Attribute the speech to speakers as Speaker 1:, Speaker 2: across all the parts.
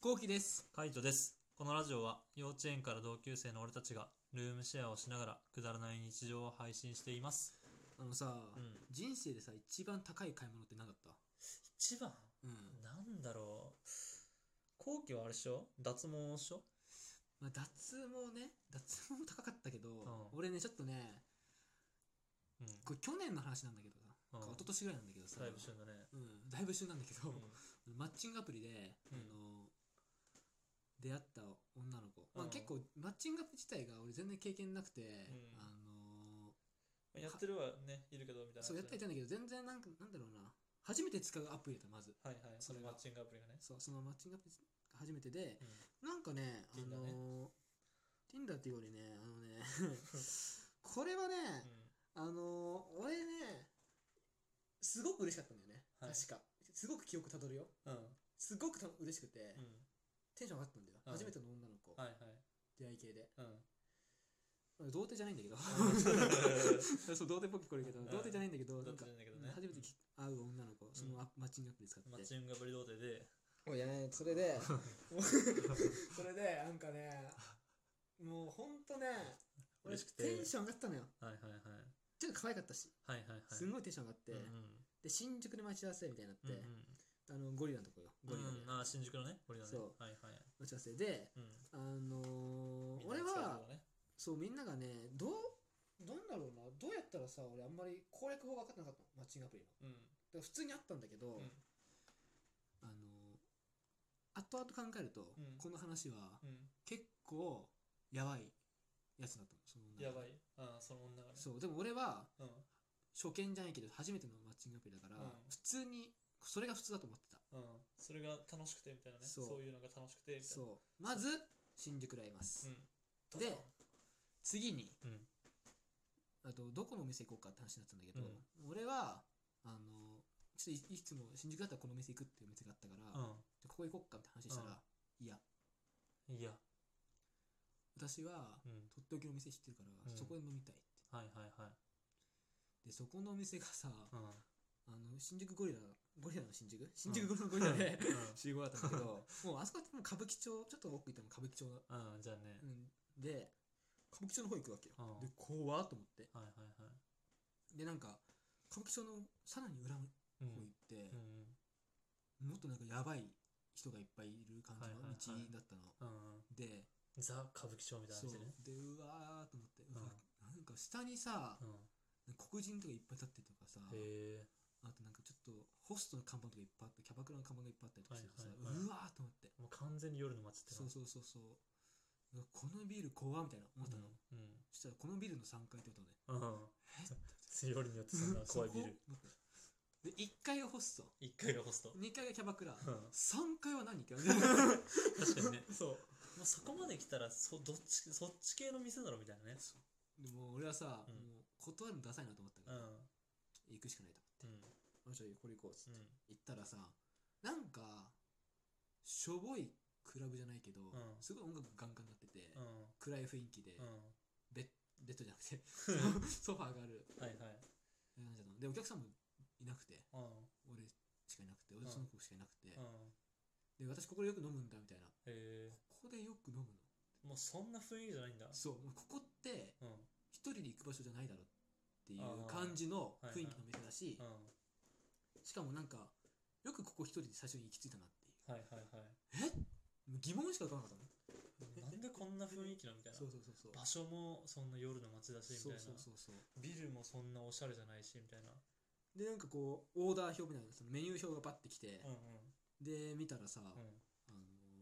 Speaker 1: こうきです。
Speaker 2: カイトです。このラジオは幼稚園から同級生の俺たちがルームシェアをしながらくだらない日常を配信しています。
Speaker 1: あのさ、
Speaker 2: うん。
Speaker 1: 人生でさ、一番高い買い物って何だった
Speaker 2: 一番
Speaker 1: うん。
Speaker 2: なんだろう。後期はあれっしょ脱毛っしょ
Speaker 1: まあ、脱毛ね、脱毛も高かったけど、
Speaker 2: ん
Speaker 1: 俺ね、ちょっとね、
Speaker 2: うん。
Speaker 1: これ去年の話なんだけどさ、
Speaker 2: うん
Speaker 1: 一昨年ぐらいなんだけどさ、
Speaker 2: だいぶ旬だね。
Speaker 1: うん、だいぶ旬なんだけど、
Speaker 2: うん。
Speaker 1: マッチングアプリで、
Speaker 2: うん
Speaker 1: あの出会った女の子、まあ、
Speaker 2: うん
Speaker 1: 結構マッチングアプリ自体が俺全然経験なくて、
Speaker 2: ん
Speaker 1: あの
Speaker 2: やってるはね、いるけどみたいな。
Speaker 1: そうやってはいたんだけど全然なんかなんだろうな初めて使うアプリだったまず
Speaker 2: はいはい。
Speaker 1: そ
Speaker 2: そ
Speaker 1: れ
Speaker 2: の
Speaker 1: が
Speaker 2: マッチングアプリがね。
Speaker 1: そうそのマッチングアプリが初めてで
Speaker 2: う
Speaker 1: なん
Speaker 2: ん。
Speaker 1: かねあ
Speaker 2: Tinder
Speaker 1: の
Speaker 2: ね
Speaker 1: Tinder っていうよりねあのね これはねあの俺ねすごく嬉しかったんだよね、
Speaker 2: はい
Speaker 1: 確かすごく記憶たどるよ
Speaker 2: うん。
Speaker 1: すごくた嬉しくて、
Speaker 2: うん。
Speaker 1: テンション上がったんだよ、
Speaker 2: うん
Speaker 1: 初めての女の子、
Speaker 2: はいはい。
Speaker 1: 出会い系で
Speaker 2: うん。
Speaker 1: 俺童貞じゃないんだけど
Speaker 2: ど
Speaker 1: そう童貞っぽく聞こえるけど
Speaker 2: うん
Speaker 1: 童貞じゃないんだけどな
Speaker 2: っ
Speaker 1: ん
Speaker 2: ち
Speaker 1: か
Speaker 2: なんだけどね。
Speaker 1: 初めてき会う女の子そのアマッチングアプリ使っ
Speaker 2: マッ
Speaker 1: て
Speaker 2: チングアプリ童貞で。
Speaker 1: おいやねそれで それでなんかねもうほんとね俺
Speaker 2: 嬉しくて
Speaker 1: テンション上がったのよ
Speaker 2: はいはいはい。
Speaker 1: ちょっと可愛かったし
Speaker 2: はいはいはい。
Speaker 1: すごいテンション上がって
Speaker 2: うんうん
Speaker 1: で新宿で待ち合わせみたいになっ
Speaker 2: うんう
Speaker 1: て
Speaker 2: ん
Speaker 1: あのゴリラのとこよゴリラで
Speaker 2: うん、あー新宿のね、ゴリラね。
Speaker 1: そ
Speaker 2: はいはい。
Speaker 1: 待ち合わせで
Speaker 2: うん。
Speaker 1: あのー
Speaker 2: み
Speaker 1: 俺
Speaker 2: んな使う
Speaker 1: は
Speaker 2: とこね、
Speaker 1: そうみんながねどうなんだろうなどうやったらさ俺あんまり攻略法分かってなかったのマッチングアプリの
Speaker 2: うん。
Speaker 1: だから普通にあったんだけど、
Speaker 2: うん。
Speaker 1: あの後々考えると、
Speaker 2: うん
Speaker 1: この話は
Speaker 2: う
Speaker 1: 結構やばいやつだったのその女が
Speaker 2: ん。やばい。ああ、その女がね。
Speaker 1: そうでも俺は
Speaker 2: うん。
Speaker 1: 初見じゃないけど初めてのマッチングアプリだから、
Speaker 2: うん
Speaker 1: 普通にそれが普通だと思ってた、
Speaker 2: うん。それが楽しくてみたいなね。
Speaker 1: そ
Speaker 2: そうういうのが楽しくてみたいな。
Speaker 1: そうまず新宿で会います、
Speaker 2: うん。
Speaker 1: で次に
Speaker 2: うん。
Speaker 1: あとどこのお店行こうかって話になったんだけど、
Speaker 2: う
Speaker 1: 俺はあのちょっといいつも新宿だったらこのお店行くっていうお店があったから、じゃあここ行こうかって話したら、いや
Speaker 2: うん。いや。
Speaker 1: 私は
Speaker 2: うん。
Speaker 1: とっておきのお店知ってるから、
Speaker 2: うん
Speaker 1: そこで飲みたいって
Speaker 2: はいはいはい。
Speaker 1: でそこのお店がさ、
Speaker 2: うん。
Speaker 1: あの新宿ゴリラゴリラの新宿新宿のゴリラで、
Speaker 2: うん
Speaker 1: 集合だったんだけ どもうあそこってもう歌舞伎町ちょっと奥行ったの歌舞伎町だ、
Speaker 2: うん。うん。じゃあね
Speaker 1: う。ん、で歌舞伎町の方行くわけよ、
Speaker 2: うん
Speaker 1: で怖っと思って
Speaker 2: はいはいはい。
Speaker 1: でなんか歌舞伎町のさらに裏の方
Speaker 2: うん。
Speaker 1: 行って
Speaker 2: う、ん。
Speaker 1: もっとなんかやばい人がいっぱいいる感じの
Speaker 2: はいはいはい
Speaker 1: 道だったの、
Speaker 2: うん。
Speaker 1: で
Speaker 2: ザ・歌舞伎町みたいな
Speaker 1: そう
Speaker 2: 店ね。
Speaker 1: でうわーと思って、うわ
Speaker 2: う
Speaker 1: なんか下にさ、
Speaker 2: うん。
Speaker 1: 黒人とかいっぱい立ってるとかさ、
Speaker 2: へえ。
Speaker 1: あとなんかちょっとホストの看板とかいっぱいあってキャバクラの看板がいっぱいあったりとかしてさ、
Speaker 2: はいはいはいう
Speaker 1: わーと思って
Speaker 2: もう完全に夜の街って
Speaker 1: そうそうそうそううわこのビール怖っみたいな思ったの、
Speaker 2: うん。
Speaker 1: そしたらこのビルの3階ってことで
Speaker 2: うん。うん。
Speaker 1: え
Speaker 2: 夜によってそんな怖いビル。
Speaker 1: そこで1階がホスト
Speaker 2: 一回がホスト。
Speaker 1: 2階がキャバクラ
Speaker 2: うん。
Speaker 1: 3階は何って感じ
Speaker 2: 確かにね そうもうそこまで来たらそどっちそっち系の店だろみたいなね
Speaker 1: でも俺はさ、
Speaker 2: うん
Speaker 1: もう断るのダサいなと思った
Speaker 2: う
Speaker 1: か
Speaker 2: ん
Speaker 1: ら、行くしかないと
Speaker 2: うん
Speaker 1: 思ってあじゃあこれ行こうっつって、
Speaker 2: うん
Speaker 1: 行ったらさなんかしょぼいクラブじゃないけど、
Speaker 2: ん
Speaker 1: すごい音楽ガンガンなってて、
Speaker 2: うん
Speaker 1: 暗い雰囲気で、
Speaker 2: うん
Speaker 1: ベッベッドじゃなく てソファーがある
Speaker 2: はいはい
Speaker 1: 感じだったのでお客さんもいなくて
Speaker 2: うん
Speaker 1: 俺しかいなくて俺
Speaker 2: うん
Speaker 1: その子しかいなくて、
Speaker 2: うん
Speaker 1: で私ここでよく飲むんだみたいな
Speaker 2: へえ
Speaker 1: ここでよく飲むの
Speaker 2: もうそんな雰囲気じゃないんだ
Speaker 1: そうもうここって
Speaker 2: うん
Speaker 1: 一人で行く場所じゃないだろってい
Speaker 2: あ
Speaker 1: う
Speaker 2: ー
Speaker 1: 感じの
Speaker 2: はいは
Speaker 1: 雰
Speaker 2: い
Speaker 1: 囲気の店だし、
Speaker 2: うん
Speaker 1: しかもなんかよくここ一人で最初に行き着いたなっていう
Speaker 2: はいはいはい
Speaker 1: 疑問しか浮かばなかったの
Speaker 2: なんでこんな雰囲気なのみたいな
Speaker 1: そうそうそうそう
Speaker 2: 場所もそんな夜の街だしみた
Speaker 1: そそ
Speaker 2: いうな
Speaker 1: うそうそう
Speaker 2: ビルもそんなおしゃれじゃないしみたいな
Speaker 1: でなんかこうオーダー表みたいなそのメニュー表がバッてきて
Speaker 2: うん、うん
Speaker 1: で見たらさ、
Speaker 2: う
Speaker 1: あ
Speaker 2: ん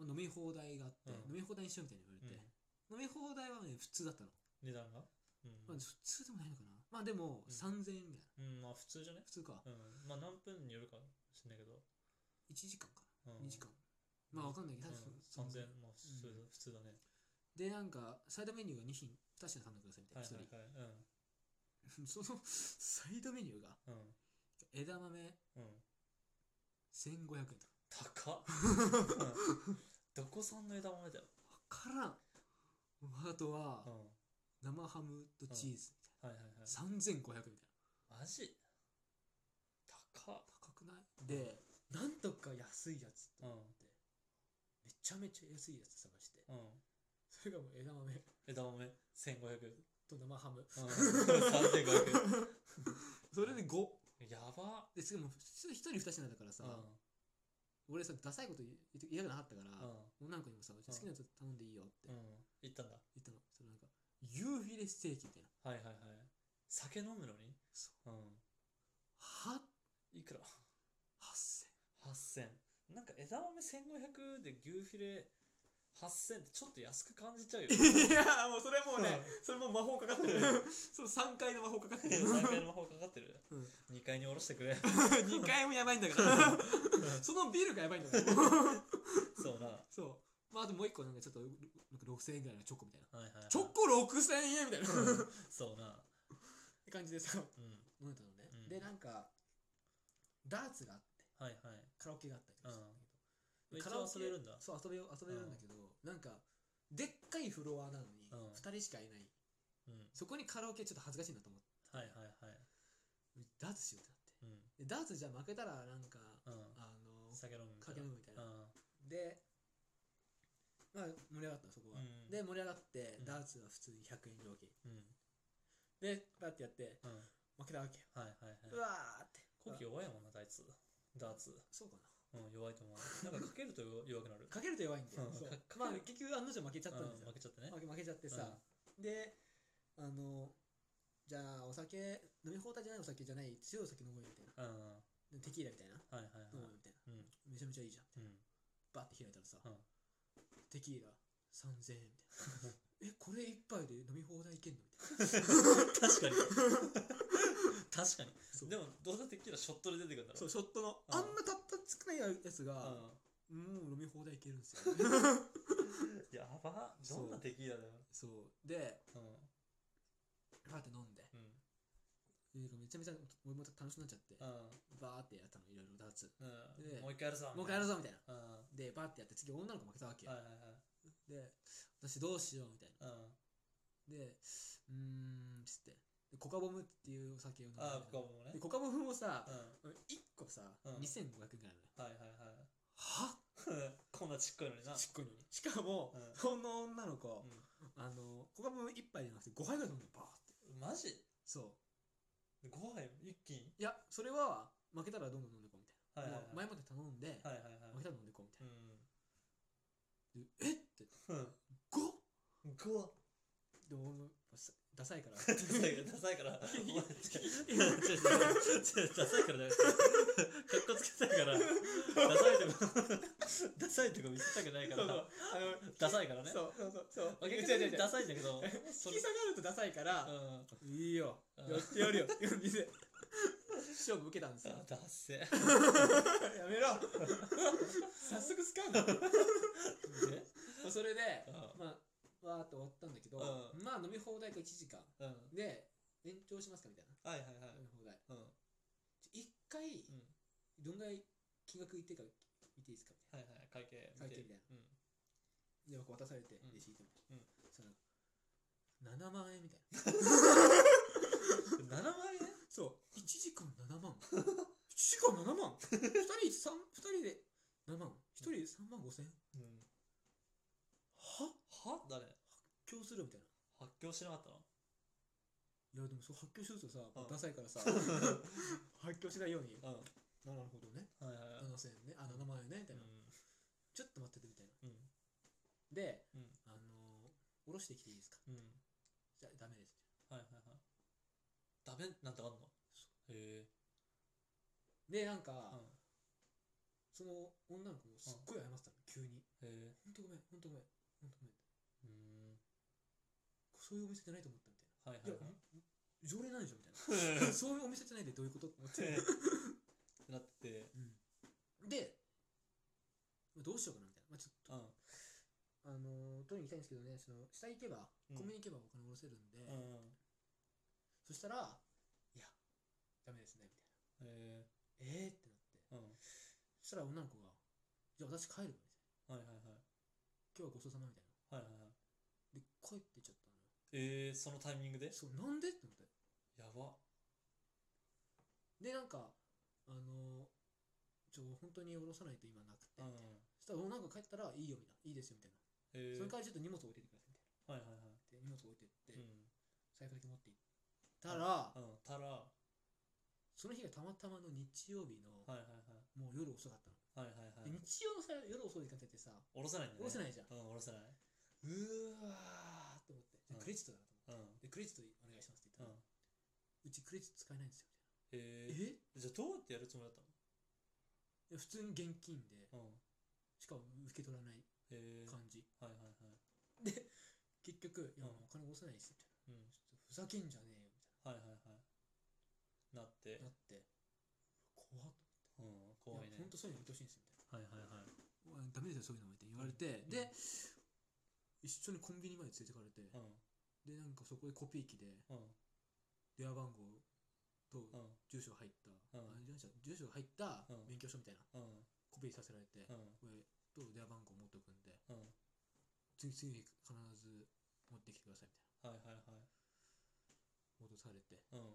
Speaker 1: のまあ飲み放題があって、
Speaker 2: うん
Speaker 1: 飲み放題にしようみたいに言われて、飲み放題はね普通だったの、
Speaker 2: 値段がう
Speaker 1: まあ、普
Speaker 2: ん
Speaker 1: 通でもないのかなまあでも
Speaker 2: うん
Speaker 1: 3000円みたいな
Speaker 2: うんまあ普通じゃね
Speaker 1: 普通か
Speaker 2: うんまあ何分によるかしんないけど
Speaker 1: 1時間か
Speaker 2: うん
Speaker 1: 2時間まあわかんないけど確かその
Speaker 2: うん3000まあ普通
Speaker 1: う
Speaker 2: 普通だね
Speaker 1: でなんかサイドメニューが2品2品頼んでくださいみたい
Speaker 2: は
Speaker 1: ない1人、
Speaker 2: はいはい
Speaker 1: そのサイドメニューが
Speaker 2: うん
Speaker 1: 枝豆
Speaker 2: うんうん
Speaker 1: 1500円とか
Speaker 2: 高 っうんどこ産の枝豆だよ
Speaker 1: 分からんあとは
Speaker 2: うん
Speaker 1: 生ハムとチーズ
Speaker 2: はいはいはい
Speaker 1: 3500円みたいな
Speaker 2: マジ高っ
Speaker 1: 高くないでなんとか安いやつと
Speaker 2: うん
Speaker 1: 思ってめっちゃめちゃ安いやつ探して
Speaker 2: うん。
Speaker 1: それがもう枝豆
Speaker 2: 枝豆1500。
Speaker 1: と生ハ ム
Speaker 2: うん。3500。
Speaker 1: それで5
Speaker 2: やば。
Speaker 1: でしかも普通1人2品だからさ、
Speaker 2: う
Speaker 1: 俺さダサいこと言って言いたくなかったから、
Speaker 2: ん。
Speaker 1: 女の子にもさ好きなやつ頼んでいいよって
Speaker 2: うん。う
Speaker 1: 言
Speaker 2: ん。行ったんだ。
Speaker 1: ったのそれなんか牛フィレステーキみたいな
Speaker 2: はいはいはい。酒飲むのに
Speaker 1: そ
Speaker 2: うん。
Speaker 1: はい
Speaker 2: くら
Speaker 1: 8000
Speaker 2: 8000なんか枝豆1500で牛フィレ8000ってちょっと安く感じちゃうよ
Speaker 1: いやもうそれもうねそれもう魔法かかってるその3階の魔法かかってる
Speaker 2: 3階の魔法かかってる
Speaker 1: うん
Speaker 2: 2階に下ろしてくれ
Speaker 1: 2階もやばいんだから そのビルがやばいんだから
Speaker 2: そうなは
Speaker 1: そうまああともう1個なんかちょっとなんか6000円ぐらいのチョコみたいない
Speaker 2: はいはい
Speaker 1: チョコ6000円みたいな
Speaker 2: うんそうな
Speaker 1: 感じでさ
Speaker 2: うん
Speaker 1: 飲んでたのね、
Speaker 2: うん
Speaker 1: でなんかダーツがあって
Speaker 2: はいは
Speaker 1: カラオケがあったりとかしたんだけ
Speaker 2: い
Speaker 1: ど、
Speaker 2: カラオケ遊べるんだ
Speaker 1: そう遊べよ遊べるんだけど、なんかでっかいフロアなのに
Speaker 2: うん
Speaker 1: 2人しかいない
Speaker 2: うん
Speaker 1: そこにカラオケちょっと恥ずかしいなと思って
Speaker 2: はいはいはい
Speaker 1: ダーツしようってなって
Speaker 2: う
Speaker 1: で
Speaker 2: ん
Speaker 1: ダーツじゃ負けたらなんか、
Speaker 2: うん
Speaker 1: あの
Speaker 2: 酒飲むみた
Speaker 1: か
Speaker 2: い
Speaker 1: け
Speaker 2: な
Speaker 1: 飲むみたいな、
Speaker 2: うん
Speaker 1: でまあ盛り上がったのそこは、
Speaker 2: うん
Speaker 1: で盛り上がって
Speaker 2: うん
Speaker 1: ダーツは普通に100円料金
Speaker 2: うん
Speaker 1: でパッてやって
Speaker 2: うん
Speaker 1: 負けたわけよ、
Speaker 2: はいはいは
Speaker 1: う
Speaker 2: い
Speaker 1: わーって
Speaker 2: 後期弱いもんなあいつダーツ
Speaker 1: そうかな
Speaker 2: うん弱いと思うなんかかけると弱弱くなる
Speaker 1: かけると弱いんだよ、
Speaker 2: うん
Speaker 1: そう
Speaker 2: かか
Speaker 1: まあ結局案の定負けちゃったんです
Speaker 2: うん
Speaker 1: よ
Speaker 2: 負けちゃってね
Speaker 1: 負け負けちゃってさ、であのじゃあお酒飲み放題じゃないお酒じゃない強いお酒飲もうよみたいな
Speaker 2: うんは
Speaker 1: でテキーラみたいない
Speaker 2: はいはい
Speaker 1: 飲もうよみたいな
Speaker 2: うん
Speaker 1: めちゃめちゃいいじゃん
Speaker 2: うん
Speaker 1: バッて開いたらさ、
Speaker 2: うん
Speaker 1: テキーラ3000円みたいな えこれ一杯で飲み放題いけんのみたいな
Speaker 2: 確かに 確かに
Speaker 1: そう
Speaker 2: でもどうせテキーラショットで出てく るんだろ
Speaker 1: そうショットの
Speaker 2: うん
Speaker 1: あんなたった少ないやつが、
Speaker 2: う
Speaker 1: もう飲み放題いけるんです よね、
Speaker 2: んやばどんなテキーラだよ
Speaker 1: そうで
Speaker 2: うん
Speaker 1: バーって飲んで
Speaker 2: うん
Speaker 1: でめちゃめちゃ俺も楽しくなっちゃって
Speaker 2: う
Speaker 1: バーってやったのいろいろダーツ
Speaker 2: んう
Speaker 1: で
Speaker 2: んもう一回やるぞ
Speaker 1: もう一回やるぞみたいな
Speaker 2: うんは
Speaker 1: でバーってやって次女の子負けたわけ
Speaker 2: い
Speaker 1: よ、
Speaker 2: はい
Speaker 1: で私どうしようみたい
Speaker 2: はいうん
Speaker 1: なでうーんっつってでコカボムっていうお酒を飲んで
Speaker 2: ああ僕はもうね
Speaker 1: でコカボムもさ
Speaker 2: うん
Speaker 1: 1個さ、
Speaker 2: うん
Speaker 1: 2500円ぐらいなのよ
Speaker 2: はいはい
Speaker 1: は
Speaker 2: はい こんなちっこいのにな
Speaker 1: ちっこいのにしかも、
Speaker 2: うん
Speaker 1: その女の子、
Speaker 2: う
Speaker 1: あのコカボム1杯じゃなくて5杯ぐらい飲んでバーって
Speaker 2: んマジ
Speaker 1: そ
Speaker 2: 5杯一気に
Speaker 1: ういやそれは負けたらどんどん飲んでこうみたい
Speaker 2: はいはい
Speaker 1: な、
Speaker 2: はい
Speaker 1: もう前まで頼んで、
Speaker 2: はいはいはい
Speaker 1: 負けたら飲んでこうみた
Speaker 2: う
Speaker 1: い
Speaker 2: ん
Speaker 1: な、でえって
Speaker 2: うん
Speaker 1: 5
Speaker 2: 5
Speaker 1: でも俺もさダサいから
Speaker 2: ダサいからダサいからお前違う違う違う違うダサいからだよかっこつけたいからダサいとこ ダサいとこ見せたくないか
Speaker 1: そうそ
Speaker 2: ら
Speaker 1: うあの
Speaker 2: ダサいからね
Speaker 1: そうそうそうそう
Speaker 2: まあ
Speaker 1: 違う
Speaker 2: 逆
Speaker 1: 違う違
Speaker 2: に
Speaker 1: う
Speaker 2: ダサいんだけどそ
Speaker 1: 引
Speaker 2: れ
Speaker 1: き下がるとダサいから
Speaker 2: う、
Speaker 1: いいよ
Speaker 2: うん
Speaker 1: やってやるよっていう店勝負受けたんですよ
Speaker 2: んあダ ッセで
Speaker 1: やめろ早速使う なそれで
Speaker 2: う
Speaker 1: まあわーっと終わったんだけど、
Speaker 2: う
Speaker 1: まあ飲み放題が1時間
Speaker 2: うんはい
Speaker 1: で延長しますかみたい
Speaker 2: はいはい
Speaker 1: な飲み放題
Speaker 2: うん
Speaker 1: 1回
Speaker 2: うん
Speaker 1: どんぐらい金額いってるか見ていいですかみ
Speaker 2: はいはい会計
Speaker 1: 会計みたいなたいなで僕渡されて
Speaker 2: うん
Speaker 1: レシートみたいな
Speaker 2: うん
Speaker 1: その7万円みたいな
Speaker 2: うん7万円
Speaker 1: そう1時間7万1時間7万2人三二人で7万1人3万5千円
Speaker 2: うん
Speaker 1: は
Speaker 2: は誰
Speaker 1: 今日するみたいな
Speaker 2: 発狂しなかったの
Speaker 1: いやでもそう発狂するとさ、
Speaker 2: ん
Speaker 1: ダサいから さ発狂しないように
Speaker 2: うん
Speaker 1: なるほどね
Speaker 2: はいはいはい
Speaker 1: 7000円ねあ7万円ねみた
Speaker 2: う
Speaker 1: い
Speaker 2: ん
Speaker 1: な、ちょっと待っててみたいな
Speaker 2: うん
Speaker 1: で、
Speaker 2: うん
Speaker 1: あのー、おろしてきていいですか
Speaker 2: うん
Speaker 1: じゃあダメです
Speaker 2: はいはいはいダメなんてあんのへえ
Speaker 1: でなんか、
Speaker 2: うん
Speaker 1: その女の子もすっごい謝ってたの急に
Speaker 2: へえ
Speaker 1: ほんとごめんほんとごめんほんとごめん
Speaker 2: うん
Speaker 1: そういうお店じゃないと思ったみたい
Speaker 2: はいは
Speaker 1: な
Speaker 2: いはい
Speaker 1: やん常連なんでしょみたいな
Speaker 2: い
Speaker 1: そういうお店じゃないでどういうことって思って、
Speaker 2: なってて
Speaker 1: うん、でどうしようかなみたいな、まあ、ちょっと
Speaker 2: う
Speaker 1: あ
Speaker 2: ん
Speaker 1: のー取りに行きたいんですけどね、その下行けば、
Speaker 2: うん
Speaker 1: コンビニ行けばお金下ろせるんで、
Speaker 2: うん
Speaker 1: そしたら、いや、ダメですね、みたい
Speaker 2: へえ
Speaker 1: な。えーってなって、
Speaker 2: うん
Speaker 1: そしたら女の子が、じゃあ私帰るわ、み
Speaker 2: はいはいはい
Speaker 1: たいな。今日はごちそうさま、みたいな。
Speaker 2: はいはいはい
Speaker 1: で、帰ってっちゃったのよ。
Speaker 2: えー、そのタイミングで
Speaker 1: そう、なんでって思って。
Speaker 2: やば
Speaker 1: で、なんか、あのー、ちょ、本当に下ろさないと今なくて、
Speaker 2: うん
Speaker 1: みたいなしたら、おなんか帰ったら、いいよ、みたいな。いいですよ、みたいな。
Speaker 2: へえ
Speaker 1: それからちょっと荷物置いてってください、みた
Speaker 2: はいはいはい
Speaker 1: な。で、荷物置いてって、
Speaker 2: うん
Speaker 1: 財布だけ持って行ったら、
Speaker 2: うんたらは
Speaker 1: その日がたまたまの日曜日の
Speaker 2: い、はいはい
Speaker 1: もう夜遅かったの。
Speaker 2: はいはいはい
Speaker 1: で日曜のさ夜遅い時間帯ってさ、
Speaker 2: 下ろせないんだね
Speaker 1: 下ろせないじゃん。
Speaker 2: うん下ろせないう
Speaker 1: ーわーと思って、
Speaker 2: うん
Speaker 1: でクレジットだなと思
Speaker 2: うん
Speaker 1: って、でクレジットお願いしますって言
Speaker 2: う
Speaker 1: ったら、
Speaker 2: ん
Speaker 1: うちクレジット使えないんですよ、
Speaker 2: へ
Speaker 1: みたい
Speaker 2: え
Speaker 1: な。え
Speaker 2: じゃあどうやってやるつもりだっ
Speaker 1: いや普通に現金で、
Speaker 2: たのうん
Speaker 1: しかも受け取らない
Speaker 2: へえ
Speaker 1: 感じ。
Speaker 2: はいはいはい
Speaker 1: で、結局、いや、
Speaker 2: うん
Speaker 1: もうお金下ろせないです、みたいな。
Speaker 2: うん
Speaker 1: ちょっとふざけんじゃねえよ、みたいな。
Speaker 2: はいはいはいなって
Speaker 1: なって、怖っ
Speaker 2: うん怖いね
Speaker 1: 本当そういうのやめてほしいんですよ
Speaker 2: はいはいはい
Speaker 1: みたいな。ダメですよ、そういうのみたいな言われて、で、一緒にコンビニまで連れてかれて、
Speaker 2: うん
Speaker 1: で、なんかそこでコピー機で、
Speaker 2: うん
Speaker 1: 電話番号と
Speaker 2: うん
Speaker 1: 住所が入った、あ
Speaker 2: うん
Speaker 1: 住所住所が入った
Speaker 2: う
Speaker 1: 免
Speaker 2: ん
Speaker 1: 許証みたいな、
Speaker 2: うん
Speaker 1: コピーさせられて、こ
Speaker 2: うん
Speaker 1: れと電話番号持っておくんで、
Speaker 2: うん
Speaker 1: 次々必ず持ってきてくださいみたい
Speaker 2: はいはいはい
Speaker 1: な、戻されて、
Speaker 2: うん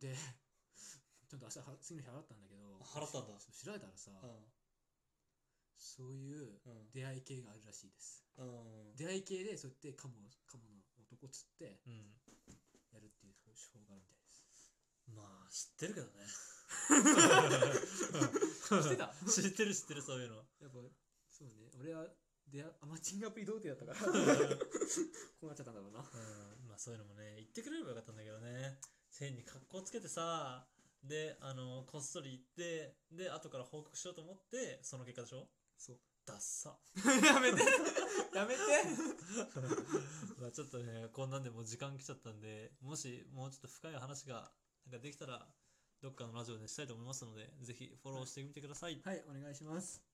Speaker 1: で、 ちゃんと明日は次の日払ったんだけど、
Speaker 2: 払ったんだ
Speaker 1: そう調べたらさ、
Speaker 2: うん
Speaker 1: そういう
Speaker 2: うん
Speaker 1: 出会い系があるらしいです。
Speaker 2: うん
Speaker 1: 出会い系でそうやってカモカモの男釣って
Speaker 2: うん
Speaker 1: やるっていう手法があるみたいです。
Speaker 2: まあ知ってるけど ね
Speaker 1: 知ってた
Speaker 2: 知ってる知ってるそういうの
Speaker 1: やっぱそうね、俺は出会あマッチングアプリ童貞だったから、 こうなっちゃったんだろうな。
Speaker 2: うんまあそういうのもね言ってくれればよかったんだけどね線に格好つけてさであのこっそり行ってで後から報告しようと思ってその結果でしょ
Speaker 1: そう。
Speaker 2: ダッサ
Speaker 1: やめて やめて
Speaker 2: まあちょっとねこんなんでもう時間来ちゃったんでもしもうちょっと深い話がなんかできたらどっかのラジオでしたいと思いますのでぜひフォローしてみてください
Speaker 1: はい、お願いします。